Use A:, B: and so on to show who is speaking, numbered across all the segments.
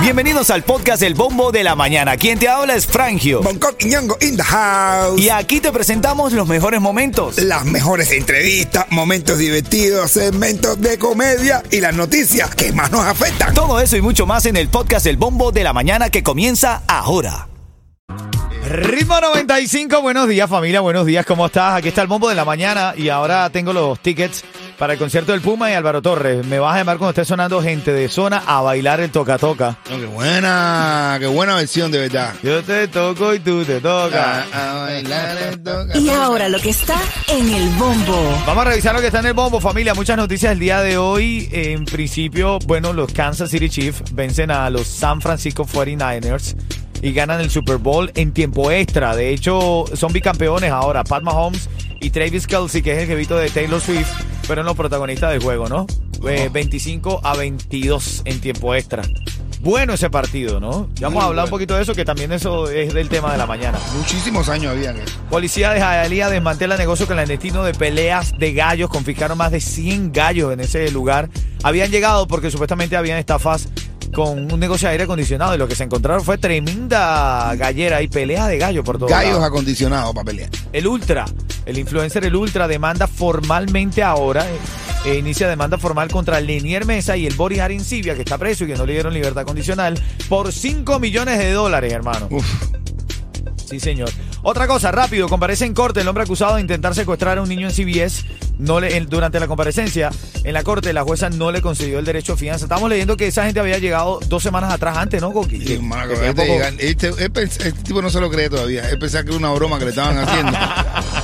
A: Bienvenidos al podcast El Bombo de la Mañana. Quien te habla es Frangio.
B: Bangkok y Ñongo in the house.
A: Y aquí te presentamos los mejores momentos.
B: Las mejores entrevistas, momentos divertidos, segmentos de comedia y las noticias que más nos afectan.
A: Todo eso y mucho más en el podcast El Bombo de la Mañana que comienza ahora. Ritmo 95, buenos días familia, buenos días, ¿cómo estás? Aquí está el bombo de la mañana y ahora tengo los tickets para el concierto del Puma y Álvaro Torres. Me vas a llamar cuando esté sonando gente de zona a bailar el toca toca.
C: No, qué buena, qué buena versión de verdad.
A: Yo te toco y tú te tocas.
C: A, a bailar el toca.
D: Y ahora lo que está en el bombo.
A: Vamos a revisar lo que está en el bombo, familia. Muchas noticias el día de hoy. En principio, bueno, los Kansas City Chiefs vencen a los San Francisco 49ers y ganan el Super Bowl en tiempo extra. De hecho, son bicampeones ahora. Pat Mahomes y Travis Kelsey, que es el jevito de Taylor Swift, fueron los protagonistas del juego, ¿no? Eh, 25 a 22 en tiempo extra. Bueno ese partido, ¿no? Ya vamos a hablar un poquito de eso, que también eso es del tema de la mañana.
C: Muchísimos años habían eso.
A: Policía de Jayalía desmantela negocio clandestino de peleas de gallos. Confiscaron más de 100 gallos en ese lugar. Habían llegado porque supuestamente habían estafas con un negocio de aire acondicionado y lo que se encontraron fue tremenda gallera y pelea de gallos por todo
C: Gallos acondicionados para pelear.
A: El Ultra, el influencer El Ultra demanda formalmente ahora, eh, eh, inicia demanda formal contra Lenier Mesa y el Boris Arincibia, que está preso y que no le dieron libertad condicional, por 5 millones de dólares, hermano.
C: Uf.
A: Sí, señor. Otra cosa, rápido, comparece en corte el hombre acusado de intentar secuestrar a un niño en CBS. No le, en- durante la comparecencia en la corte, la jueza no le concedió el derecho a fianza. Estamos leyendo que esa gente había llegado dos semanas atrás antes, ¿no, Coqui?
C: Sí, hermano,
A: Que
C: que
A: fue
C: este
A: un poco-
C: gigante- este- él pens- este tipo no se lo cree todavía. Él pensaba que era una broma que le estaban haciendo.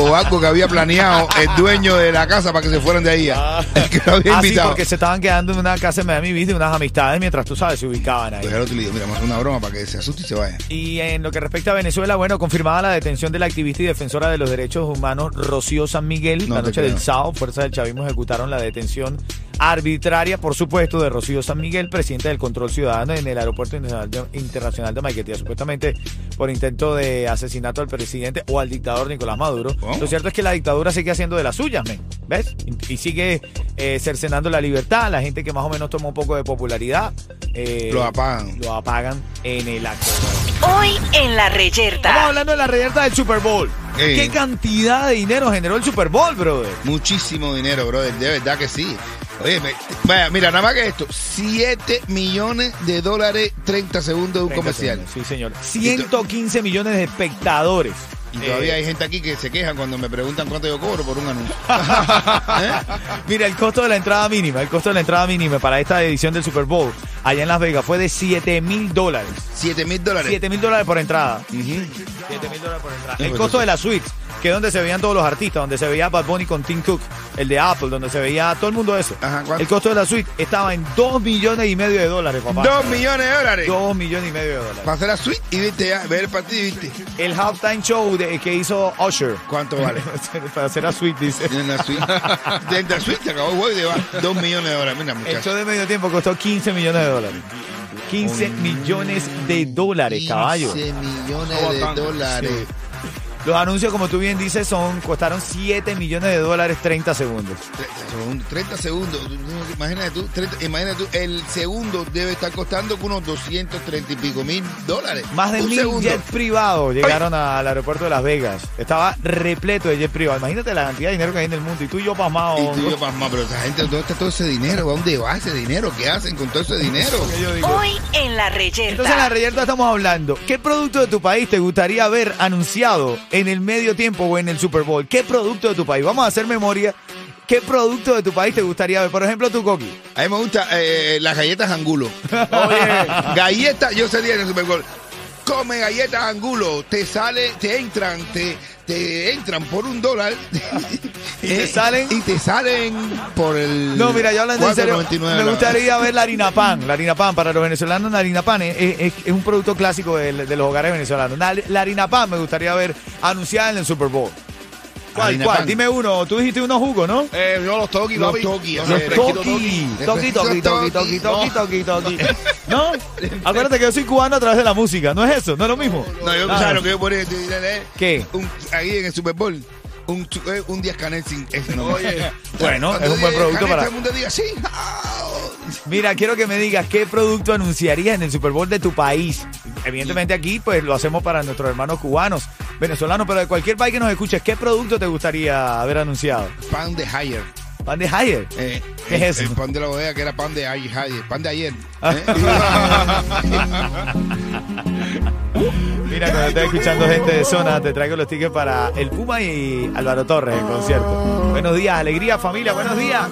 C: o algo que había planeado el dueño de la casa para que se fueran de ahí. ya. El que lo había
A: Ah, sí,
C: invitado.
A: porque se estaban quedando en una casa en Miami Beach de unas amistades mientras tú sabes, se ubicaban ahí.
C: Entonces el otro le dijo, mira, vamos a hacer una broma para que se asuste y se vaya.
A: Y en lo que respecta a Venezuela, bueno, confirmada la detención de la activista y defensora de los derechos humanos Rocío San Miguel.
C: No
A: la
C: te
A: noche del
C: creo.
A: sábado, fuerzas del chavismo ejecutaron la detención arbitraria, por supuesto, de Rocío San Miguel, presidenta del Control Ciudadano en el Aeropuerto Internacional de- Internacional de Maiquetía, supuestamente por intento de asesinato al presidente o al dictador Nicolás Maduro.
C: ¿Cómo?
A: Lo cierto es que la dictadura sigue haciendo de las suyas, men, ¿ves? Y sigue eh, cercenando la libertad, la gente que más o menos toma un poco de popularidad. eh,
C: Lo apagan.
A: Lo apagan en el acto.
D: Hoy en la
A: Estamos
D: reyerta.
A: hablando de la reyerta del Super Bowl.
C: Eh.
A: ¿Qué cantidad de dinero generó el Super Bowl, brother?
C: Muchísimo dinero, brother. De verdad que sí. Oye, me- vaya, mira, nada más que esto. 7 millones de dólares 30 segundos de un comercial.
A: Sí, señor. 115 millones de espectadores.
C: Y todavía
A: Eh,
C: hay gente aquí que se queja cuando me preguntan cuánto yo cobro por un anuncio. ¿Eh?
A: Mira, el costo de la entrada mínima, el costo de la entrada mínima para esta edición del Super Bowl allá en Las Vegas fue de 7 mil dólares.
C: 7 mil dólares.
A: 7 mil dólares por entrada.
C: Ujú.
A: 7 mil dólares por entrada.
C: No,
A: El
C: pues,
A: costo
C: eso-
A: de la suite, que es donde se veían todos los artistas, donde se veía Bad Bunny con Tim Cook, el de Apple, donde se veía todo el mundo eso.
C: Ajá, ¿cuánto?
A: el costo de la suite estaba en 2 millones y medio de dólares, papá.
C: Dos millones de dólares.
A: Dos millones y medio de dólares.
C: Para hacer la suite y viste ya, ver el partido y viste.
A: El halftime show de- que hizo Usher.
C: ¿Cuánto vale?
A: Para hacer a Sweet, dice.
C: Tienen la suite. Tienen la suite, se acabó el juego y te va. Dos millones de dólares. Mira,
A: El
C: muchachos.
A: show de medio tiempo costó 15 millones de dólares. 15 millones de dólares, caballo.
C: 15 millones de dólares.
A: Los anuncios, como tú bien dices, son costaron 7 millones de dólares 30 segundos.
C: Tre- son 30 segundos. Tú- tú- Imagínate tú, 30 imagínate tú, el segundo debe estar costando unos 230 y pico mil dólares.
A: Más de
C: Un
A: mil
C: segundo.
A: jets privados llegaron al aeropuerto de Las Vegas. Estaba repleto de jets privados. Imagínate la cantidad de dinero que hay en el mundo. Y tú y yo pasmado.
C: Y tú yo, pasma, pero esa gente, ¿dónde está todo ese dinero? ¿A dónde va ese dinero? ¿Qué hacen con todo ese dinero?
A: Yo digo,
D: Hoy en la
A: Entonces en la
D: reyerta.
A: reyerta estamos hablando. ¿Qué producto de tu país te gustaría ver anunciado en el medio tiempo o en el Super Bowl? ¿Qué producto de tu país? Vamos a hacer memoria. ¿Qué producto de tu país te gustaría ver? Por ejemplo, tu coqui.
C: A mí me gustan las galletas angulo. galletas, yo sería en el Super Bowl. Come galletas angulo, te sale, te entran, te, te entran por un dólar.
A: Y te salen-
C: Y te salen por el.
A: No, mira, yo hablando en serio,
C: 4.99
A: me
C: la-
A: gustaría ver la harina pan. La harina pan, para los venezolanos, la harina pan es, es- es un producto clásico de, de los hogares venezolanos. La, la harina pan me gustaría ver anunciada en el Super Bowl. ¿Cuál,
C: Harina
A: cuál?
C: pan.
A: Dime uno. Tú dijiste unos jugos, ¿no?
E: Eh, no, los toki,
C: Los
E: papi.
C: toki,
E: Los
C: o sea,
E: fresquitos
C: toki.
A: Toqui, toqui, toqui, toqui, toqui,
C: No.
A: toqui, toqui. ¿No? Acuérdate que yo soy cubano a través de la música, ¿no es eso? ¿No es lo mismo?
C: No, yo "Eh,
A: Claro.
C: ¿sabes lo que yo podría decir?
A: ¿Qué?
C: Un- ahí en el Super Bowl. un, tu- eh, un Díaz Canel sin ese
A: Oye. Bueno, es un buen producto para-
C: Todo el este mundo diga, sí. ah,
A: Mira, quiero que me digas qué producto anunciarías en el Super Bowl de tu país. Evidentemente aquí pues lo hacemos para nuestros hermanos cubanos, venezolanos, pero de cualquier país que nos escuches, ¿qué producto te gustaría haber anunciado?
C: Pan de Higher.
A: Pan de Haier.
C: Eh,
A: ¿Qué
C: el-
A: es eso?
C: El pan de la bodega que era pan de ayer. ayer, Pan de ayer. ¿eh?
A: Ah. Mira, cuando estás escuchando gente de zona, te traigo los tickets para el Puma y Álvaro Torres, el concierto. Buenos días, alegría, familia, buenos días.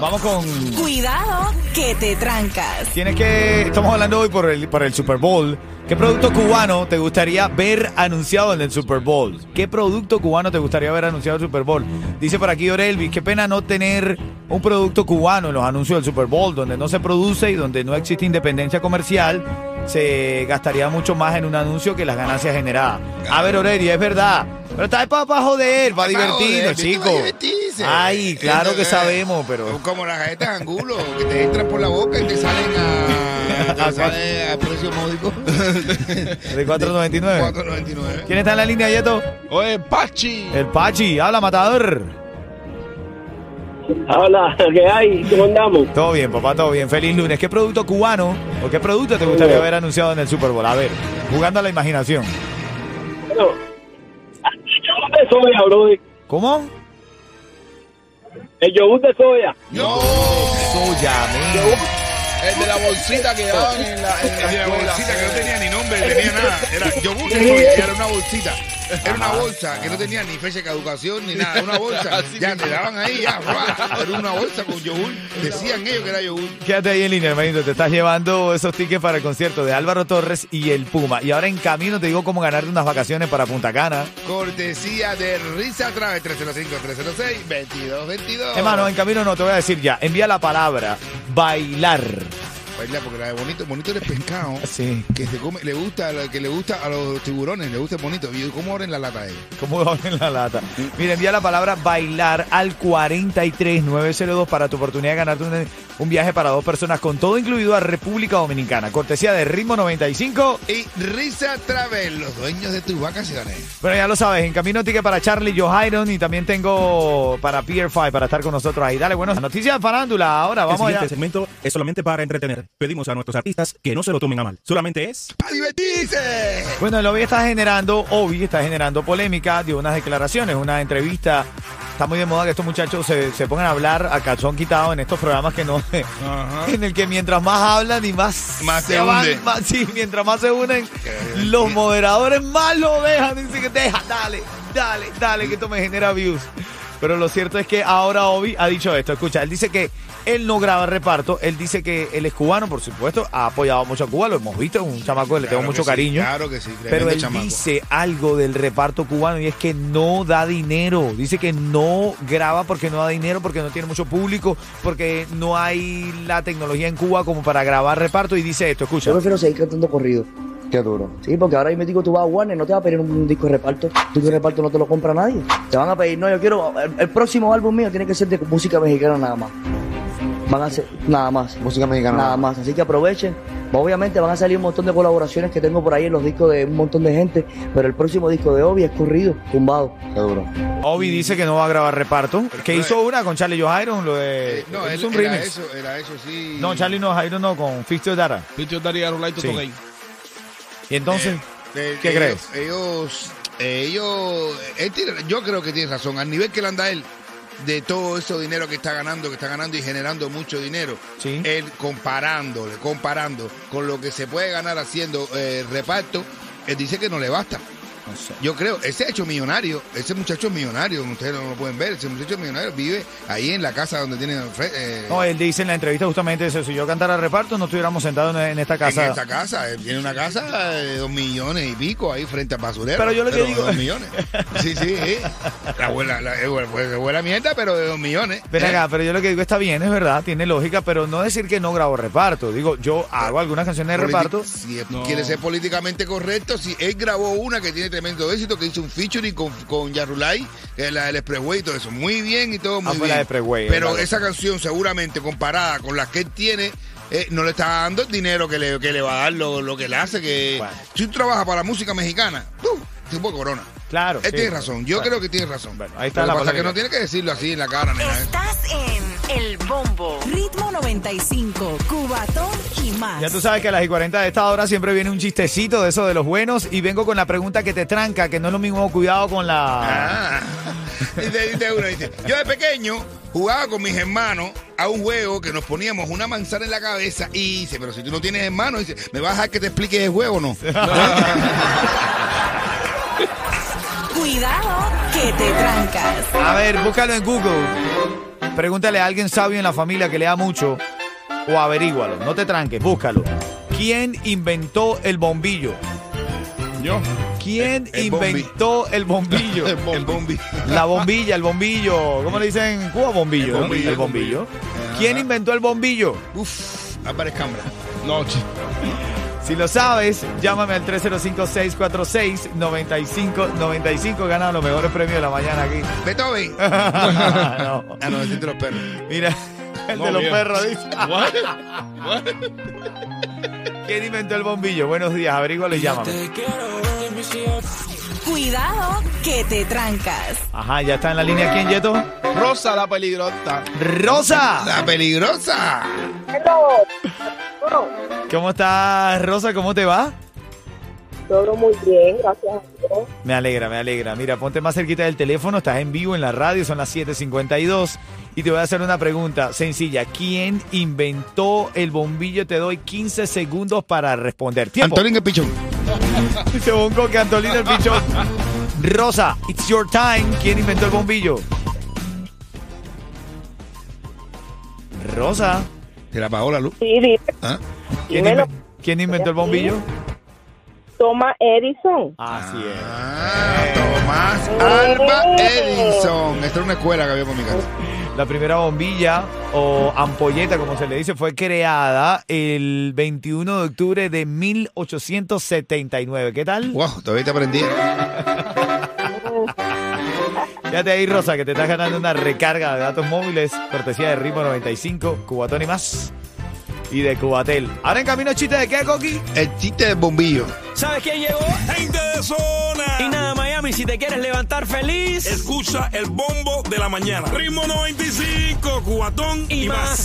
A: Vamos con
D: Cuidado que te trancas.
A: Tienes que. Estamos hablando hoy por el, por el Super Bowl. ¿Qué producto cubano te gustaría ver anunciado en el Super Bowl? ¿Qué producto cubano te gustaría ver anunciado en el Super Bowl? Dice por aquí Orelvis, qué pena no tener un producto cubano en los anuncios del Super Bowl, donde no se produce y donde no existe independencia comercial, se gastaría mucho más en un anuncio que las ganancias generadas. A ver, Orelvis, es verdad. Pero está para, para joder, para
C: Para
A: divertirnos,
C: joder, ¿viste?
A: chicos.
C: Para divertirse.
A: Ay, claro que
C: Eh,
A: sabemos, pero.
C: Como las galletas angulo, que te entran por la boca y te salen a, te salen a precio módico.
A: De 4.99.
C: 4.99.
A: ¿Quién Eh, está en la línea, Yeto?
C: Oye, Pachi.
A: El Pachi, habla matador.
E: Hola, ¿qué hay? ¿Cómo andamos?
A: Todo bien, papá, todo bien. Feliz lunes. ¿Qué producto cubano o qué producto te gustaría haber anunciado en el Super Bowl? A ver, jugando a la imaginación.
E: Bueno, el yogur de soya, bro.
A: ¿Cómo?
E: El yogur de soya.
C: No,
A: Soya, men.
C: el de la bolsita que daban en la, en la, bolsita que no tenía ni nombre, ni tenía nada. Era yo busqué soy, era una bolsita. Era una bolsa que no tenía ni fecha de caducación ni nada, una bolsa. ya te daban ahí, ya, ¡fua! era una bolsa con yogur. Decían ellos que era yogur.
A: Quédate ahí en línea, hermanito. Te estás llevando esos tickets para el concierto de Álvaro Torres y el Puma. Y ahora en camino te digo cómo ganarte unas vacaciones para Punta Cana.
C: Cortesía de Risa Traves 305-306-2222.
A: Hermano, en camino no, te voy a decir ya. Envía la palabra bailar.
C: Baila, porque la de bonito, bonito es pescado.
A: Sí.
C: Que se come, le gusta, a la- que le gusta a los tiburones, le gusta el bonito. ¿Y cómo abren la lata de ellos?
A: ¿Cómo va en la lata? Mira, envía la palabra bailar al 43902 para tu oportunidad de ganarte un, un viaje para dos personas con todo incluido a República Dominicana. Cortesía de Ritmo 95.
C: Y Risa Travel, los dueños de tus vacaciones.
A: Bueno, ya lo sabes, en camino ticket para Charlie Johairon y también tengo para Pier 5 para estar con nosotros ahí. Dale, bueno, noticias de farándula. Ahora
F: El
A: vamos
F: siguiente
A: allá.
F: segmento es solamente para entretener. Pedimos a nuestros artistas que no se lo tomen a mal. Solamente es...
C: ¡Para divertirse!
A: Bueno, el Obi está generando, Obi está generando polémica, dio unas declaraciones, una entrevista. Está muy de moda que estos muchachos se, se pongan a hablar a calzón quitado en estos programas que no, en el que mientras más hablan y más,
C: Más se
A: van,
C: hunde.
A: más- sí, mientras más se unen,
C: Qué-
A: los moderadores más lo dejan, dicen que deja, dale, dale, dale, que esto me genera views. Pero lo cierto es que ahora Obi ha dicho esto, escucha, él dice que él no graba reparto, él dice que él es cubano, por supuesto, ha apoyado mucho a Cuba, lo hemos visto, es un chamaco que le
C: Claro
A: tengo mucho
C: que sí,
A: cariño.
C: claro que sí,
A: Pero
C: tremendo
A: él
C: chamaco.
A: dice algo del reparto cubano y es que no da dinero. Dice que no graba porque no da dinero, porque no tiene mucho público, porque no hay la tecnología en Cuba como para grabar reparto. Y dice esto, escucha.
G: Yo prefiero seguir cantando corrido.
H: Qué duro.
G: Sí, porque ahora mismo digo, tú vas a Warner, no te va a pedir un, un disco de reparto. Tú de reparto no te lo compra nadie. Te van a pedir, no, yo quiero, el, el próximo álbum mío tiene que ser de música mexicana nada más. Van a ser, nada más.
H: Música mexicana.
G: Nada más, así que aprovechen. Obviamente van a salir un montón de colaboraciones que tengo por ahí en los discos de un montón de gente, pero el próximo disco de Obi es corrido, tumbado.
H: Qué duro.
A: Obi dice que no va a grabar reparto. Que
C: no
A: hizo una con Charlie Johairon, lo de.
C: Eh, no,
A: hizo un
C: él, era
A: remix.
C: eso, era eso, sí.
A: No, Charlie no, Jairo no, con Fixto Dara.
I: Picho Daría Rulay
A: Sí.
I: Totogay.
A: Y entonces,
C: Eh,
A: ¿qué
C: ellos-
A: crees?
C: Ellos, eh, ellos, él tiene- yo creo que tiene razón. Al nivel que le anda él, de todo ese dinero que está ganando, que está ganando y generando mucho dinero,
A: Sí.
C: él comparándole, comparando con lo que se puede ganar haciendo eh, reparto, él dice que no le basta. Yo creo, ese ha hecho millonario, ese muchacho es millonario, ustedes no lo pueden ver, ese muchacho es millonario vive ahí en la casa donde tiene... eh,
A: no, él dice en la entrevista justamente eso. Si yo cantara reparto, no estuviéramos sentados en, en esta casa.
C: En esta casa, eh, tiene una casa de dos millones y pico ahí frente al basurero.
A: Pero yo lo que digo-
C: Dos millones. Sí, sí, sí. La abuela, la, eh, bueno, pues, abuela mierda, pero de dos millones.
A: Ven
C: ¿eh?
A: acá, pero yo lo que digo está bien, es verdad, tiene lógica, pero no decir que no grabo reparto. Digo, yo hago algunas canciones de
C: Politi-
A: reparto.
C: Si es-
I: No.
C: quiere ser políticamente correcto, si él grabó una que tiene tremendo éxito que hizo un featuring con, con Yarulay, eh, la del Expressway y todo eso. Muy bien y todo muy
A: Ah, fue
C: bien.
A: la de Expressway,
C: Pero
A: claro.
C: esa canción seguramente comparada con las que él tiene, eh, no le está dando el dinero que le, que le va a dar lo, lo que le hace. que
A: Bueno.
C: Si tú trabajas para la música mexicana, tú, tipo corona.
A: Claro,
C: Él
A: sí.
C: tiene Eh, razón, yo
A: Bueno.
C: creo que tiene razón.
A: Bueno, ahí está
C: Lo
A: la
C: que pasa es que
A: polémica.
C: no tiene que decirlo así en la cara, ni nada.
H: Estás en El Bombo.
D: Ritmo 95, Cubatón y más.
A: Ya tú sabes que a las y 40 de esta hora siempre viene un chistecito de eso de los buenos y vengo con la pregunta que te tranca, que no es lo mismo cuidado con la...
C: Ah. Dice, dice uno, dice, yo de pequeño jugaba con mis hermanos a un juego que nos poníamos una manzana en la cabeza y dice, pero si tú no tienes hermanos, dice, ¿me vas a dejar que te explique el juego o no?
D: Cuidado que te trancas.
A: A ver, búscalo en Google. Pregúntale a alguien sabio en la familia que lea mucho o averígualo. No te tranques, búscalo. ¿Quién inventó el bombillo?
I: Yo.
A: ¿Quién
C: El- el bombi.
A: inventó el bombillo?
C: El bombi.
A: La bombilla, el bombillo. ¿Cómo le dicen en Cuba? Bombillo. ¿no? El bombillo.
I: bombillo,
A: ¿Quién inventó el bombillo?
C: Uf, Álvarez Cambra.
I: No, ch-
A: Si lo sabes, llámame al 305-646-9595. Gana los mejores premios de la mañana aquí.
C: Beethoven.
A: Ah. No.
C: Ah, no, decirte los perros.
A: Mira, el
I: No,
A: de los
I: bien.
A: perros dice.
I: What? What?
A: ¿Quién inventó el bombillo? Buenos días, averígualo y llámame.
D: Cuidado que te trancas.
A: Ajá, ya está en la línea. ¿Quién, Yeto?
I: Rosa la peligrota.
A: ¡Rosa!
C: La peligrosa.
E: Hello. Oh,
A: ¿Cómo estás, Rosa? ¿Cómo te va?
E: todo muy bien, gracias a Dios.
A: Me alegra, me alegra. Mira, ponte más cerquita del teléfono, estás en vivo en la radio, son las 7.52 y te voy a hacer una pregunta sencilla. ¿Quién inventó el bombillo? Te doy 15 segundos para responder. Tiempo.
C: Antolín el pichón.
A: Según con que Antolín el pichón. Rosa, it's your time. ¿Quién inventó el bombillo? Rosa,
C: Se la apagó la luz.
E: Sí, dime,
C: ¿Ah?
A: ¿quién,
E: Dímelo.
A: inven- quién inventó el bombillo?
E: toma Edison.
A: Así es.
C: Ah, Tomás Alba Edison. Esta era una escuela que había por mi casa.
A: La primera bombilla o ampolleta, como se le dice, fue creada el 21 de octubre de 1879. ¿Qué tal?
C: Wow, todavía te aprendí.
A: Fíjate ahí, Rosa, que te estás ganando una recarga de datos móviles, cortesía de Ritmo 95, Cubatón y más, y de Cubatel. Ahora en camino, chiste de qué, Coqui?
C: El chiste del bombillo.
J: ¿Sabes quién llegó?
I: Gente de zona.
J: Y nada, Miami, si te quieres levantar feliz
I: Escucha el bombo de la mañana. Ritmo 95, cuatón
J: y más.